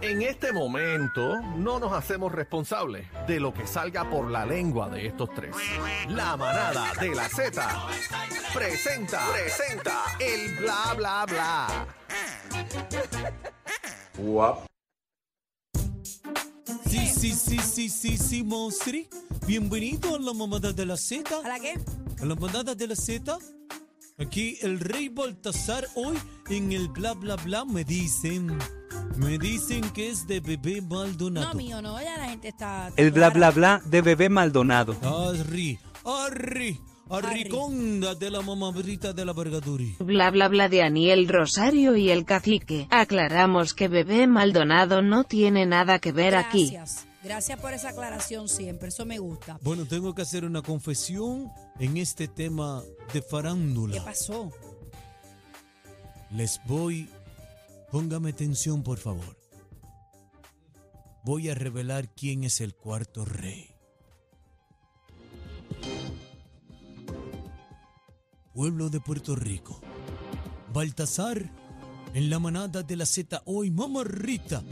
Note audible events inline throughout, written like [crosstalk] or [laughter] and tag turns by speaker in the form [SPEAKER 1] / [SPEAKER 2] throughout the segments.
[SPEAKER 1] En este momento no nos hacemos responsables de lo que salga por la lengua de estos tres. La manada de la Z presenta, presenta el bla bla bla.
[SPEAKER 2] Guap.
[SPEAKER 3] Sí, sí, sí, sí, sí, sí, monstri. Bienvenido a la mamada de la
[SPEAKER 4] ¿A
[SPEAKER 3] Z.
[SPEAKER 4] la qué?
[SPEAKER 3] A la mamada de la Z. Aquí el rey Baltasar hoy en el bla bla bla me dicen. Me dicen que es de bebé
[SPEAKER 4] No,
[SPEAKER 3] Maldonado.
[SPEAKER 4] mío, no, ya la gente está. está
[SPEAKER 5] El bla
[SPEAKER 4] clara.
[SPEAKER 5] bla bla de bebé Maldonado.
[SPEAKER 3] Arri, arri, arriconda de la mamabrita de la vergaduri.
[SPEAKER 6] Bla bla bla de Aniel Rosario y el cacique. Aclaramos que bebé Maldonado no tiene nada que ver aquí.
[SPEAKER 4] Gracias. Gracias por esa aclaración siempre, eso me gusta.
[SPEAKER 3] Bueno, tengo que hacer una confesión en este tema de
[SPEAKER 4] ¿Qué
[SPEAKER 3] farándula.
[SPEAKER 4] pasó?
[SPEAKER 3] Les voy. Póngame atención, por favor. Voy a revelar quién es el cuarto rey. Pueblo de Puerto Rico. Baltasar, en la manada de la Z hoy, mamarrita.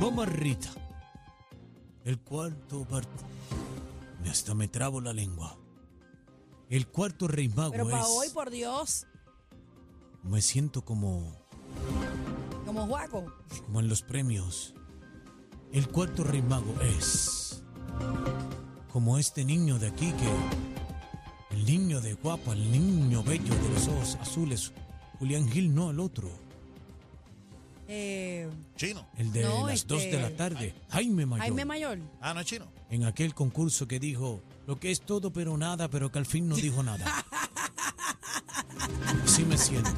[SPEAKER 3] Mamarrita. El cuarto. bar- Hasta me trabo la lengua. El cuarto rey mago
[SPEAKER 4] Pero para
[SPEAKER 3] es.
[SPEAKER 4] hoy, por Dios,
[SPEAKER 3] Me siento como.
[SPEAKER 4] como Juaco.
[SPEAKER 3] como en los premios. El cuarto rey mago es como este niño de aquí que el niño de guapa, el niño bello de los ojos azules, Julián Gil no el otro,
[SPEAKER 4] Eh,
[SPEAKER 7] Chino.
[SPEAKER 3] el de
[SPEAKER 4] No,
[SPEAKER 3] las
[SPEAKER 4] este-
[SPEAKER 3] dos de la tarde, Jaime Mayor,
[SPEAKER 4] Jaime Mayor.
[SPEAKER 7] Ah, no es chino.
[SPEAKER 3] en aquel concurso que dijo lo que es todo pero nada, pero que al fin no dijo
[SPEAKER 4] [laughs]
[SPEAKER 3] nada. Así me siento.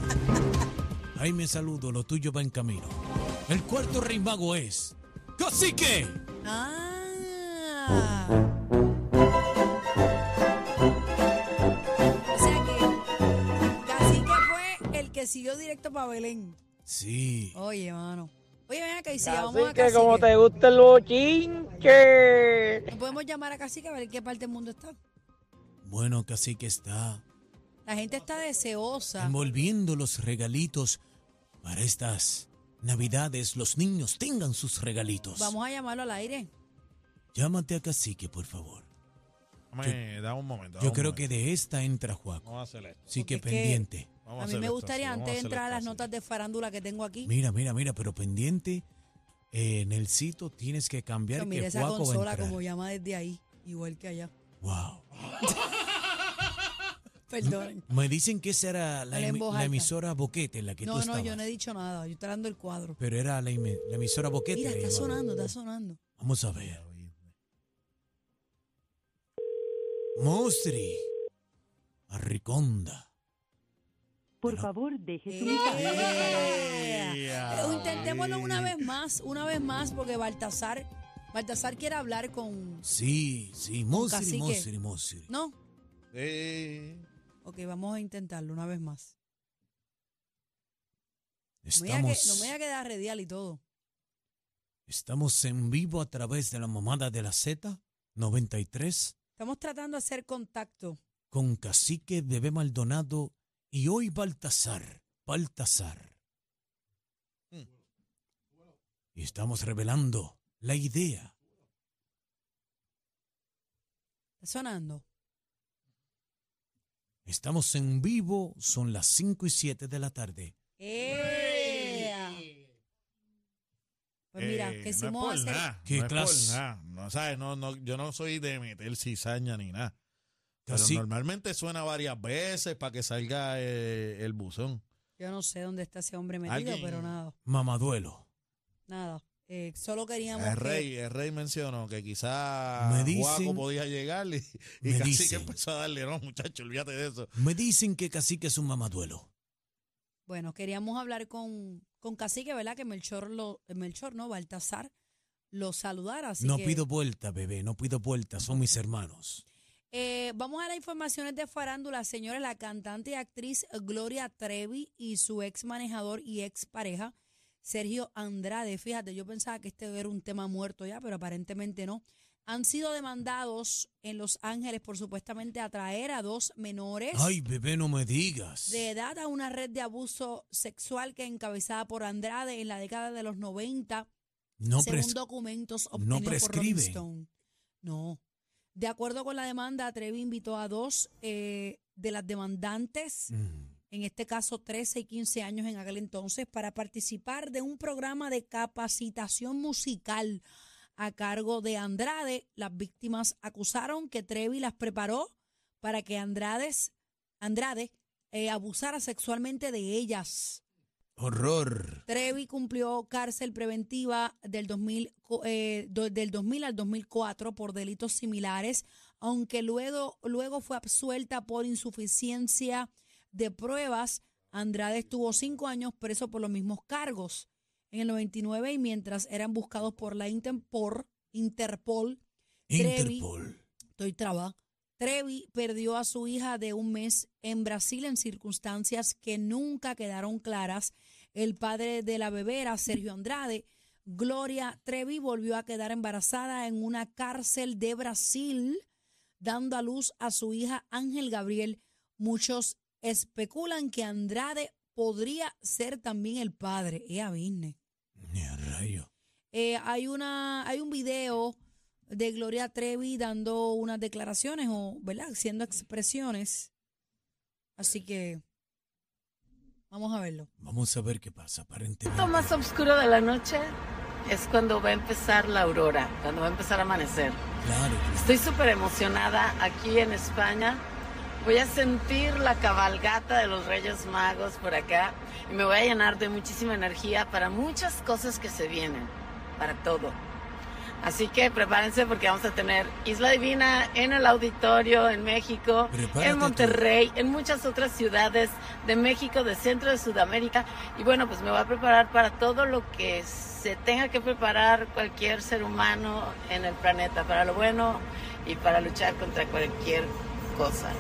[SPEAKER 3] Jaime saludo, lo tuyo va en camino. El cuarto rey mago es Cacique.
[SPEAKER 4] Ah.
[SPEAKER 5] Oh.
[SPEAKER 4] O sea que. Cacique fue el que siguió directo para Belén.
[SPEAKER 3] Sí.
[SPEAKER 4] Oye, mano. Oye, ven acá y si
[SPEAKER 8] Así
[SPEAKER 4] vamos a
[SPEAKER 8] que
[SPEAKER 4] Cacique.
[SPEAKER 8] como te gustan los chinches.
[SPEAKER 4] ¿No podemos llamar a Cacique a ver en qué parte del mundo está.
[SPEAKER 3] Bueno, casi que está
[SPEAKER 4] La gente está deseosa.
[SPEAKER 3] envolviendo los regalitos para estas navidades. Los niños tengan sus
[SPEAKER 7] Pues,
[SPEAKER 3] regalitos.
[SPEAKER 4] Vamos a llamarlo al aire.
[SPEAKER 3] Llámate a Cacique, por favor.
[SPEAKER 7] Dame, da un momento. da
[SPEAKER 3] Yo
[SPEAKER 7] un
[SPEAKER 3] creo que
[SPEAKER 7] momento.
[SPEAKER 3] de esta entra Juaco.
[SPEAKER 7] Vamos a hacer esto.
[SPEAKER 3] Así que
[SPEAKER 4] Porque es que-
[SPEAKER 3] pendiente.
[SPEAKER 7] Vamos
[SPEAKER 4] a mí
[SPEAKER 7] hacer
[SPEAKER 4] me
[SPEAKER 7] esto,
[SPEAKER 4] gustaría
[SPEAKER 7] sí, vamos
[SPEAKER 4] antes de
[SPEAKER 7] hacer
[SPEAKER 4] entrar a
[SPEAKER 7] esto,
[SPEAKER 4] las
[SPEAKER 7] sí.
[SPEAKER 4] notas de farándula que tengo aquí.
[SPEAKER 3] Mira, mira, mira, pero pendiente. eh, en el sitio tienes que cambiar
[SPEAKER 4] Pero
[SPEAKER 3] que
[SPEAKER 4] mira esa
[SPEAKER 3] Juaco va a
[SPEAKER 4] consola
[SPEAKER 3] entrar.
[SPEAKER 4] como llama desde ahí, igual que allá.
[SPEAKER 7] Mm,
[SPEAKER 3] Wow.
[SPEAKER 4] Perdón.
[SPEAKER 3] Me dicen que esa era la,
[SPEAKER 4] Habla en
[SPEAKER 3] emi-
[SPEAKER 4] voz
[SPEAKER 3] la
[SPEAKER 4] alta.
[SPEAKER 3] emisora Boquete en la que tú
[SPEAKER 4] No, no,
[SPEAKER 3] estabas.
[SPEAKER 4] yo no he dicho nada. Yo estoy dando el cuadro.
[SPEAKER 3] Pero era la, emi- la emisora Boquete.
[SPEAKER 4] Mira,
[SPEAKER 3] la
[SPEAKER 4] está
[SPEAKER 3] llamaba.
[SPEAKER 4] sonando, está sonando.
[SPEAKER 3] Vamos a ver. Mostri. Arriconda. Por favor.
[SPEAKER 4] Eh, Intentémoslo una vez más, una vez más, porque Baltasar, Baltasar quiere hablar con.
[SPEAKER 3] Sí, sí. Mostri,
[SPEAKER 4] cacique.
[SPEAKER 3] Mostri, Mostri.
[SPEAKER 4] ¿No?
[SPEAKER 7] Eh,
[SPEAKER 4] Ok, vamos a intentarlo una vez más. No me voy a, que- no
[SPEAKER 3] Estamos,
[SPEAKER 4] me voy a quedar redial y todo.
[SPEAKER 3] estamos en vivo a través de la mamada de la Z 93
[SPEAKER 4] Estamos tratando de hacer contacto.
[SPEAKER 3] con Cacique Bebé Maldonado y hoy Baltasar. Baltasar. Y estamos revelando la idea.
[SPEAKER 4] Está sonando.
[SPEAKER 3] Estamos en vivo, son las 5 y 7 de la tarde.
[SPEAKER 4] Eh. Pues mira,
[SPEAKER 7] eh,
[SPEAKER 4] quisimos
[SPEAKER 7] no es por
[SPEAKER 4] hacer.
[SPEAKER 7] nada,
[SPEAKER 3] ¿Qué
[SPEAKER 7] no es por
[SPEAKER 3] clase?
[SPEAKER 7] nada, No sabes, no, no, yo no soy de meter cizaña ni nada. Pero
[SPEAKER 3] Cacique-
[SPEAKER 7] normalmente suena varias veces para que salga eh, el buzón.
[SPEAKER 4] Yo no sé dónde está ese hombre metido,
[SPEAKER 7] Alguien-
[SPEAKER 4] pero nada,
[SPEAKER 3] Mamaduelo.
[SPEAKER 4] nada. Eh, solo queríamos
[SPEAKER 7] El
[SPEAKER 4] que-
[SPEAKER 7] rey, el rey mencionó que quizás
[SPEAKER 3] Me dicen-
[SPEAKER 7] Guaco podía llegar
[SPEAKER 3] [laughs]
[SPEAKER 7] y, y
[SPEAKER 3] Me
[SPEAKER 7] casi
[SPEAKER 3] dicen.
[SPEAKER 7] que empezó a darle, no, muchacho, olvídate de eso.
[SPEAKER 3] Me dicen que Cacique es un mamaduelo.
[SPEAKER 4] bueno, queríamos hablar con, con Cacique, ¿verdad? Que Melchor, lo, Melchor, ¿no? Baltasar lo saludara. Así
[SPEAKER 3] no
[SPEAKER 4] que,
[SPEAKER 3] pido vuelta, bebé, no pido vuelta, son mis hermanos.
[SPEAKER 4] eh, vamos a las informaciones de farándula, señores. La cantante y actriz Gloria Trevi y su ex manejador y ex pareja Sergio Andrade. Fíjate, yo pensaba que este era un tema muerto ya, pero aparentemente no. Han sido demandados en Los Ángeles por supuestamente atraer a dos menores.
[SPEAKER 3] Ay, bebé, no me digas.
[SPEAKER 4] de edad a una red de abuso sexual que encabezada por Andrade en la década de los 90
[SPEAKER 3] No,
[SPEAKER 4] según
[SPEAKER 3] pres-
[SPEAKER 4] documentos
[SPEAKER 3] no
[SPEAKER 4] obtenidos por Rolling
[SPEAKER 3] prescribe.
[SPEAKER 4] Stone. No. De acuerdo con la demanda, Trevi invitó a dos eh, de las demandantes,
[SPEAKER 3] Mm.
[SPEAKER 4] en este caso 13 y 15 años en aquel entonces, para participar de un programa de capacitación musical a cargo de Andrade. Las víctimas acusaron que Trevi las preparó para que Andrades, Andrade eh, abusara sexualmente de ellas.
[SPEAKER 3] horror.
[SPEAKER 4] Trevi cumplió cárcel preventiva del 2000, co- eh, do- del 2000 al 2004 por delitos similares, aunque luego, luego fue absuelta por insuficiencia de pruebas. Andrade estuvo cinco años preso por los mismos cargos. En el 99, y mientras eran buscados por la Interpol, Interpol Trevi.
[SPEAKER 3] Interpol.
[SPEAKER 4] estoy traba. Trevi perdió a su hija de un mes en Brasil en circunstancias que nunca quedaron claras. El padre de la bebé era Sergio Andrade. Gloria Trevi volvió a quedar embarazada en una cárcel de Brasil, dando a luz a su hija Ángel Gabriel. Muchos especulan que Andrade podría ser también el padre. Ella vine.
[SPEAKER 3] Ni a rayo.
[SPEAKER 4] Eh, hay una, hay un video de Gloria Trevi dando unas declaraciones o, ¿verdad? Haciendo expresiones. Así que vamos a verlo.
[SPEAKER 3] Vamos a ver qué pasa, aparentemente.
[SPEAKER 2] momento más oscuro de la noche es cuando va a empezar la aurora, cuando va a empezar a amanecer.
[SPEAKER 3] Claro.
[SPEAKER 2] Estoy súper emocionada aquí en España. Voy a sentir la cabalgata de los Reyes Magos por acá y me voy a llenar de muchísima energía para muchas cosas que se vienen, para todo. Así que prepárense porque vamos a tener Isla Divina en el auditorio en México,
[SPEAKER 3] Prepárate tú.
[SPEAKER 2] en Monterrey, en muchas otras ciudades de México, de Centro de Sudamérica. Y bueno, pues me voy a preparar para todo lo que se tenga que preparar cualquier ser humano en el planeta, para lo bueno y para luchar contra cualquier cosa.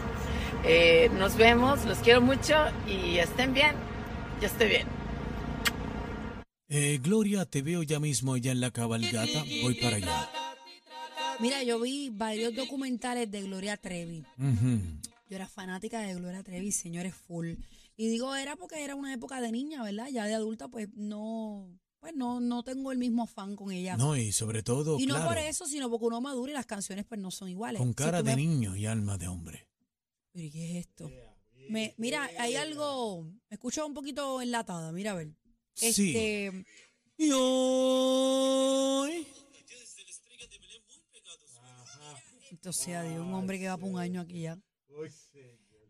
[SPEAKER 2] Eh, nos vemos, los quiero mucho y estén bien. Yo estoy bien.
[SPEAKER 3] Eh, Gloria, te veo ya mismo allá en la cabalgata. Voy para allá.
[SPEAKER 4] Mira, yo vi varios documentales de Gloria Trevi.
[SPEAKER 3] Ujú.
[SPEAKER 4] Yo era fanática de Gloria Trevi, señores, full. Y digo, era porque era una época de niña, ¿verdad? Ya de adulta, pues no, pues no, no tengo el mismo afán con ella.
[SPEAKER 3] No, y sobre todo,
[SPEAKER 4] y no
[SPEAKER 3] claro,
[SPEAKER 4] por eso, sino porque uno madura y las canciones pues no son iguales.
[SPEAKER 3] con
[SPEAKER 4] Si
[SPEAKER 3] cara
[SPEAKER 4] tú
[SPEAKER 3] de
[SPEAKER 4] me-
[SPEAKER 3] niño y alma de hombre.
[SPEAKER 4] Pero, ¿y qué es esto? Me, mira, hay algo. Me escucho un poquito enlatada, mira a ver.
[SPEAKER 3] Sí.
[SPEAKER 4] Este,
[SPEAKER 3] Y hoy...
[SPEAKER 4] entonces, sea Dios, un hombre que va por un año aquí ya.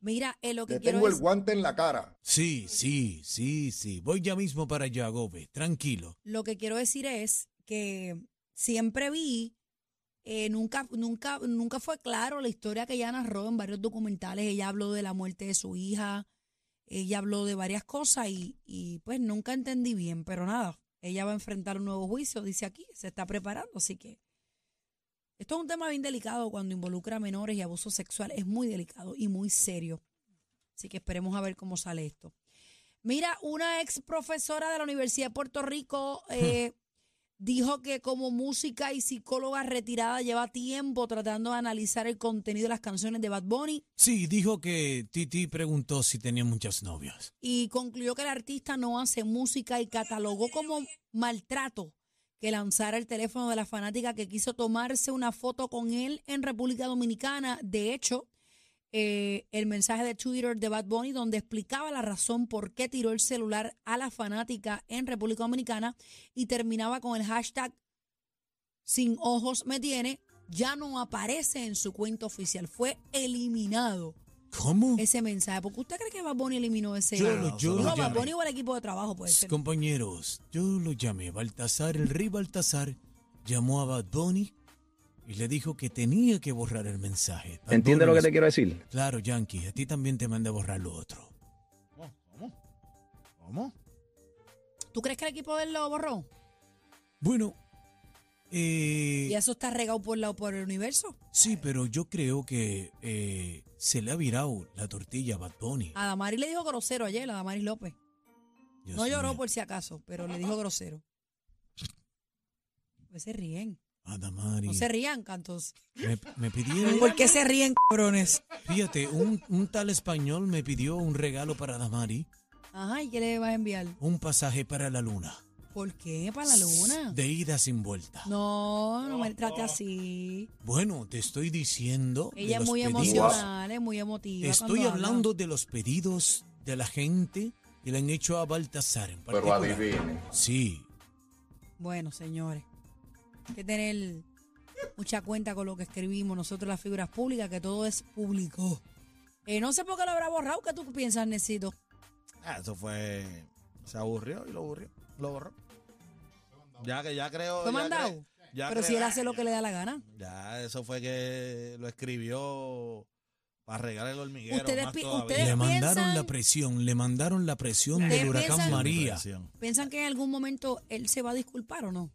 [SPEAKER 4] Mira, eh, lo que
[SPEAKER 9] Le
[SPEAKER 4] quiero
[SPEAKER 9] tengo el
[SPEAKER 4] es-
[SPEAKER 9] guante en la cara.
[SPEAKER 3] Sí, sí, sí, sí. Voy ya mismo para allá, Gobe. Tranquilo.
[SPEAKER 4] lo que quiero decir es que siempre vi, eh, nunca, nunca, nunca fue claro la historia que ella narró en varios documentales. Ella habló de la muerte de su hija, ella habló de varias cosas y, y pues nunca entendí bien, pero nada, ella va a enfrentar un nuevo juicio, dice aquí, se está preparando, así que esto es un tema bien delicado cuando involucra a menores y abuso sexual, es muy delicado y muy serio. Así que esperemos a ver cómo sale esto. Mira, una ex profesora de la Universidad de Puerto Rico eh, dijo que como música y psicóloga retirada lleva tiempo tratando de analizar el contenido de las canciones de Bad Bunny
[SPEAKER 3] Sí, dijo que Titi preguntó si tenía muchas novias.
[SPEAKER 4] y concluyó que el artista no hace música y catalogó como maltrato que lanzara el teléfono de la fanática que quiso tomarse una foto con él en República Dominicana. De hecho, eh, el mensaje de Twitter de Bad Bunny donde explicaba la razón por qué tiró el celular a la fanática en República Dominicana y terminaba con el hashtag sin ojos me tiene, ya no aparece en su cuenta oficial, fue eliminado
[SPEAKER 3] ¿Cómo?
[SPEAKER 4] ese mensaje. Porque usted cree que Bad Bunny eliminó ese.
[SPEAKER 3] Yo lo- yo
[SPEAKER 4] Digo,
[SPEAKER 3] lo
[SPEAKER 4] Bad
[SPEAKER 3] llamé.
[SPEAKER 4] Bunny o el equipo de trabajo, puede ser.
[SPEAKER 3] Pues, Compañeros, yo lo llamé Baltasar, el rey Baltasar, llamó a Bad Bunny y le dijo que tenía que borrar el mensaje. Bad
[SPEAKER 10] ¿Entiendes lo
[SPEAKER 3] Bunny
[SPEAKER 10] que te quiero decir?
[SPEAKER 3] es- Claro, Yankee, a ti también te mandé a borrar lo otro.
[SPEAKER 7] ¿Cómo? ¿Cómo? ¿Cómo?
[SPEAKER 4] ¿Tú crees que el equipo de él lo borró?
[SPEAKER 3] Bueno, eh,
[SPEAKER 4] Y eso está regado por, la, por el universo.
[SPEAKER 3] sí, pero yo creo que eh, se le ha virado la tortilla a Bad Bunny.
[SPEAKER 4] A Damaris le dijo grosero ayer, a Damaris López.
[SPEAKER 3] Dios
[SPEAKER 4] no lloró pues.
[SPEAKER 3] mío.
[SPEAKER 4] por si acaso, pero le dijo grosero. Pues se ríen.
[SPEAKER 3] Adamari,
[SPEAKER 4] No se rían, cantos.
[SPEAKER 3] me, me pidieron...
[SPEAKER 4] ¿Por qué se ríen, cabrones?
[SPEAKER 3] Fíjate, un, un tal español me pidió un regalo para Damari,
[SPEAKER 4] Ajá, ¿y qué le vas a enviar?
[SPEAKER 3] un pasaje para la luna.
[SPEAKER 4] ¿Por qué? ¿Para la luna?
[SPEAKER 3] De ida sin vuelta.
[SPEAKER 4] No, no me trate así.
[SPEAKER 3] Bueno, te estoy diciendo. de
[SPEAKER 4] Ella es
[SPEAKER 3] los
[SPEAKER 4] muy
[SPEAKER 3] pedidos.
[SPEAKER 4] emocional, es muy emotiva.
[SPEAKER 3] Te estoy
[SPEAKER 4] cuando habla.
[SPEAKER 3] hablando de los pedidos de la gente que le han hecho a Baltasar en particular. Sí.
[SPEAKER 4] Bueno, señores, hay que tener mucha cuenta con lo que escribimos nosotros las figuras públicas, que todo es público. Eh, no sé por qué lo habrá borrado. ¿Qué tú piensas, Necito?
[SPEAKER 7] Ah, eso fue. Se aburrió y lo aburrió. Lo borró. Ya que ya creo.
[SPEAKER 4] ¿Fue
[SPEAKER 7] ya
[SPEAKER 4] mandado?
[SPEAKER 7] cre- ya
[SPEAKER 4] Pero
[SPEAKER 7] creo-
[SPEAKER 4] si él hace lo que le da la gana.
[SPEAKER 7] Ya, eso fue que lo escribió para regar el hormiguero.
[SPEAKER 4] Ustedes
[SPEAKER 7] más
[SPEAKER 4] pi-
[SPEAKER 7] todavía.
[SPEAKER 4] ustedes-
[SPEAKER 3] Le mandaron
[SPEAKER 4] piensan-
[SPEAKER 3] la presión, le mandaron la presión
[SPEAKER 4] ¿Ustedes
[SPEAKER 3] del huracán
[SPEAKER 4] piensan-
[SPEAKER 3] María.
[SPEAKER 7] Presión.
[SPEAKER 4] ¿Piensan que en algún momento él se va a disculpar o no?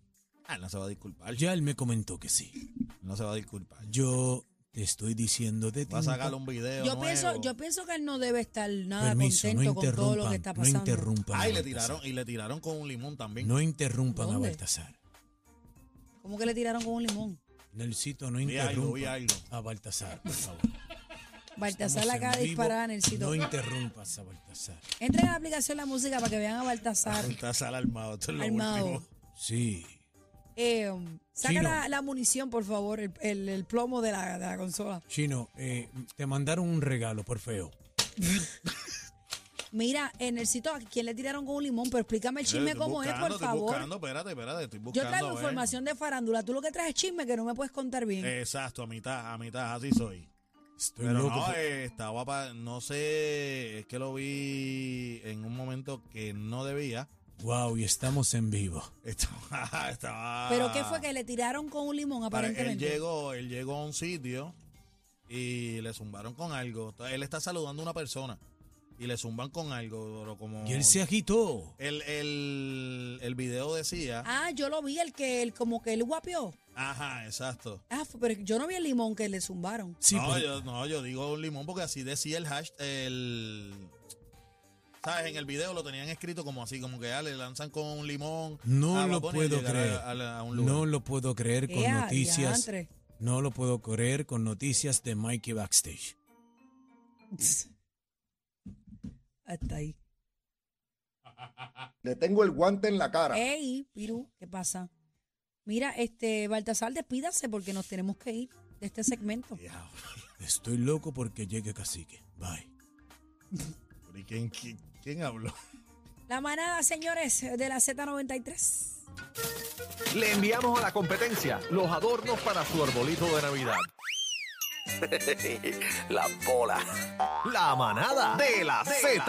[SPEAKER 7] Ah, no se va a disculpar.
[SPEAKER 3] Ya él me comentó que sí.
[SPEAKER 7] No se va a disculpar.
[SPEAKER 3] Yo te estoy diciendo de ti.
[SPEAKER 7] Va a sacar un video.
[SPEAKER 4] Yo
[SPEAKER 7] nuevo.
[SPEAKER 4] pienso, yo pienso que él no debe estar nada
[SPEAKER 3] Permiso, no
[SPEAKER 4] contento con todo lo
[SPEAKER 3] interrumpan,
[SPEAKER 4] que está
[SPEAKER 3] Pues, no
[SPEAKER 4] pasando.
[SPEAKER 3] interrumpan. a
[SPEAKER 7] Ah, y le
[SPEAKER 3] Baltasar.
[SPEAKER 7] tiraron, y le tiraron con un limón también.
[SPEAKER 3] No interrumpan
[SPEAKER 4] ¿Dónde?
[SPEAKER 3] a Baltasar.
[SPEAKER 4] ¿Cómo que le tiraron con un limón?
[SPEAKER 3] Nelsito, no
[SPEAKER 7] Vi algo,
[SPEAKER 3] interrumpan
[SPEAKER 7] vi algo.
[SPEAKER 3] a Baltasar, por
[SPEAKER 4] [laughs]
[SPEAKER 3] favor.
[SPEAKER 4] Baltasar
[SPEAKER 3] Estamos
[SPEAKER 4] la
[SPEAKER 3] en
[SPEAKER 4] acaba de
[SPEAKER 3] vivo.
[SPEAKER 4] disparar en el
[SPEAKER 3] No
[SPEAKER 4] sitio.
[SPEAKER 3] interrumpas a Baltasar.
[SPEAKER 4] Entren a la aplicación La Música para que vean a Baltasar
[SPEAKER 7] [laughs]
[SPEAKER 3] Ah.
[SPEAKER 7] Está sal armado. Esto es lo
[SPEAKER 4] armado.
[SPEAKER 7] último.
[SPEAKER 3] Sí.
[SPEAKER 4] Eh, saca
[SPEAKER 3] Chino.
[SPEAKER 4] la, la munición, por favor, el, el- el plomo de la, de la consola.
[SPEAKER 3] Chino, eh, te mandaron un regalo, por feo.
[SPEAKER 4] Mira, en el sitio, ¿a quién le tiraron con un limón? Pero explícame el chisme
[SPEAKER 7] Estoy
[SPEAKER 4] cómo
[SPEAKER 7] Eh, buscando,
[SPEAKER 4] es, por
[SPEAKER 7] estoy
[SPEAKER 4] favor.
[SPEAKER 7] buscando, espérate, espérate, estoy
[SPEAKER 4] Yo
[SPEAKER 7] buscando. eh.
[SPEAKER 4] traigo
[SPEAKER 7] a ver. Eh,
[SPEAKER 4] información de farándula. Tú lo que traes es chisme que no me puedes contar bien.
[SPEAKER 7] Exacto, a mitad, a mitad, así soy.
[SPEAKER 3] Estoy
[SPEAKER 7] Pero
[SPEAKER 3] loco.
[SPEAKER 7] no,
[SPEAKER 3] por-
[SPEAKER 7] eh, estaba pa- no sé, es que lo vi en un momento que no debía. [laughs]
[SPEAKER 3] Wow, y estamos en vivo.
[SPEAKER 7] Estaba, estaba.
[SPEAKER 4] Pero ¿qué fue que le tiraron con un limón,
[SPEAKER 7] ah. Para-
[SPEAKER 4] aparentemente?
[SPEAKER 7] Él llegó, él llegó a un sitio y le zumbaron con algo. Entonces, Él está saludando a una persona y le zumban con algo, pero como.
[SPEAKER 3] Y él se agitó.
[SPEAKER 7] el, el, el video decía.
[SPEAKER 4] Ah, yo lo vi, el que el, como que él guapió.
[SPEAKER 7] Ajá, exacto.
[SPEAKER 4] Ah, fue- pero yo no vi el limón que le zumbaron.
[SPEAKER 3] Sí, pues,
[SPEAKER 7] no,
[SPEAKER 3] pero-
[SPEAKER 7] yo, no, yo digo un limón porque así decía el hashtag, el... ¿Sabes? En el video lo tenían escrito como así, como que ah, le lanzan con un limón.
[SPEAKER 3] No
[SPEAKER 7] a Bad
[SPEAKER 3] lo
[SPEAKER 7] Bunny y
[SPEAKER 3] puedo
[SPEAKER 7] llegar a-
[SPEAKER 3] creer.
[SPEAKER 7] A, la- a un lugar.
[SPEAKER 3] no lo puedo creer con
[SPEAKER 4] Ea,
[SPEAKER 3] noticias.
[SPEAKER 4] diantre. [laughs]
[SPEAKER 3] No lo puedo creer con noticias de Mikey Backstage.
[SPEAKER 4] Hasta ahí.
[SPEAKER 9] Le tengo el guante en la
[SPEAKER 4] ¿Eh?
[SPEAKER 9] cara.
[SPEAKER 4] Ey, Piru, ¿qué pasa? Mira, este, Baltasar, despídase porque nos tenemos que ir de este segmento.
[SPEAKER 7] Diablo,
[SPEAKER 3] Estoy loco porque llegue Cacique. Bye.
[SPEAKER 7] pero ¿y quién, quién, quién habló?
[SPEAKER 4] La manada, señores, de la Z93.
[SPEAKER 1] Le enviamos a la competencia los adornos para su arbolito de [laughs] Navidad. la bola. La manada de la Z.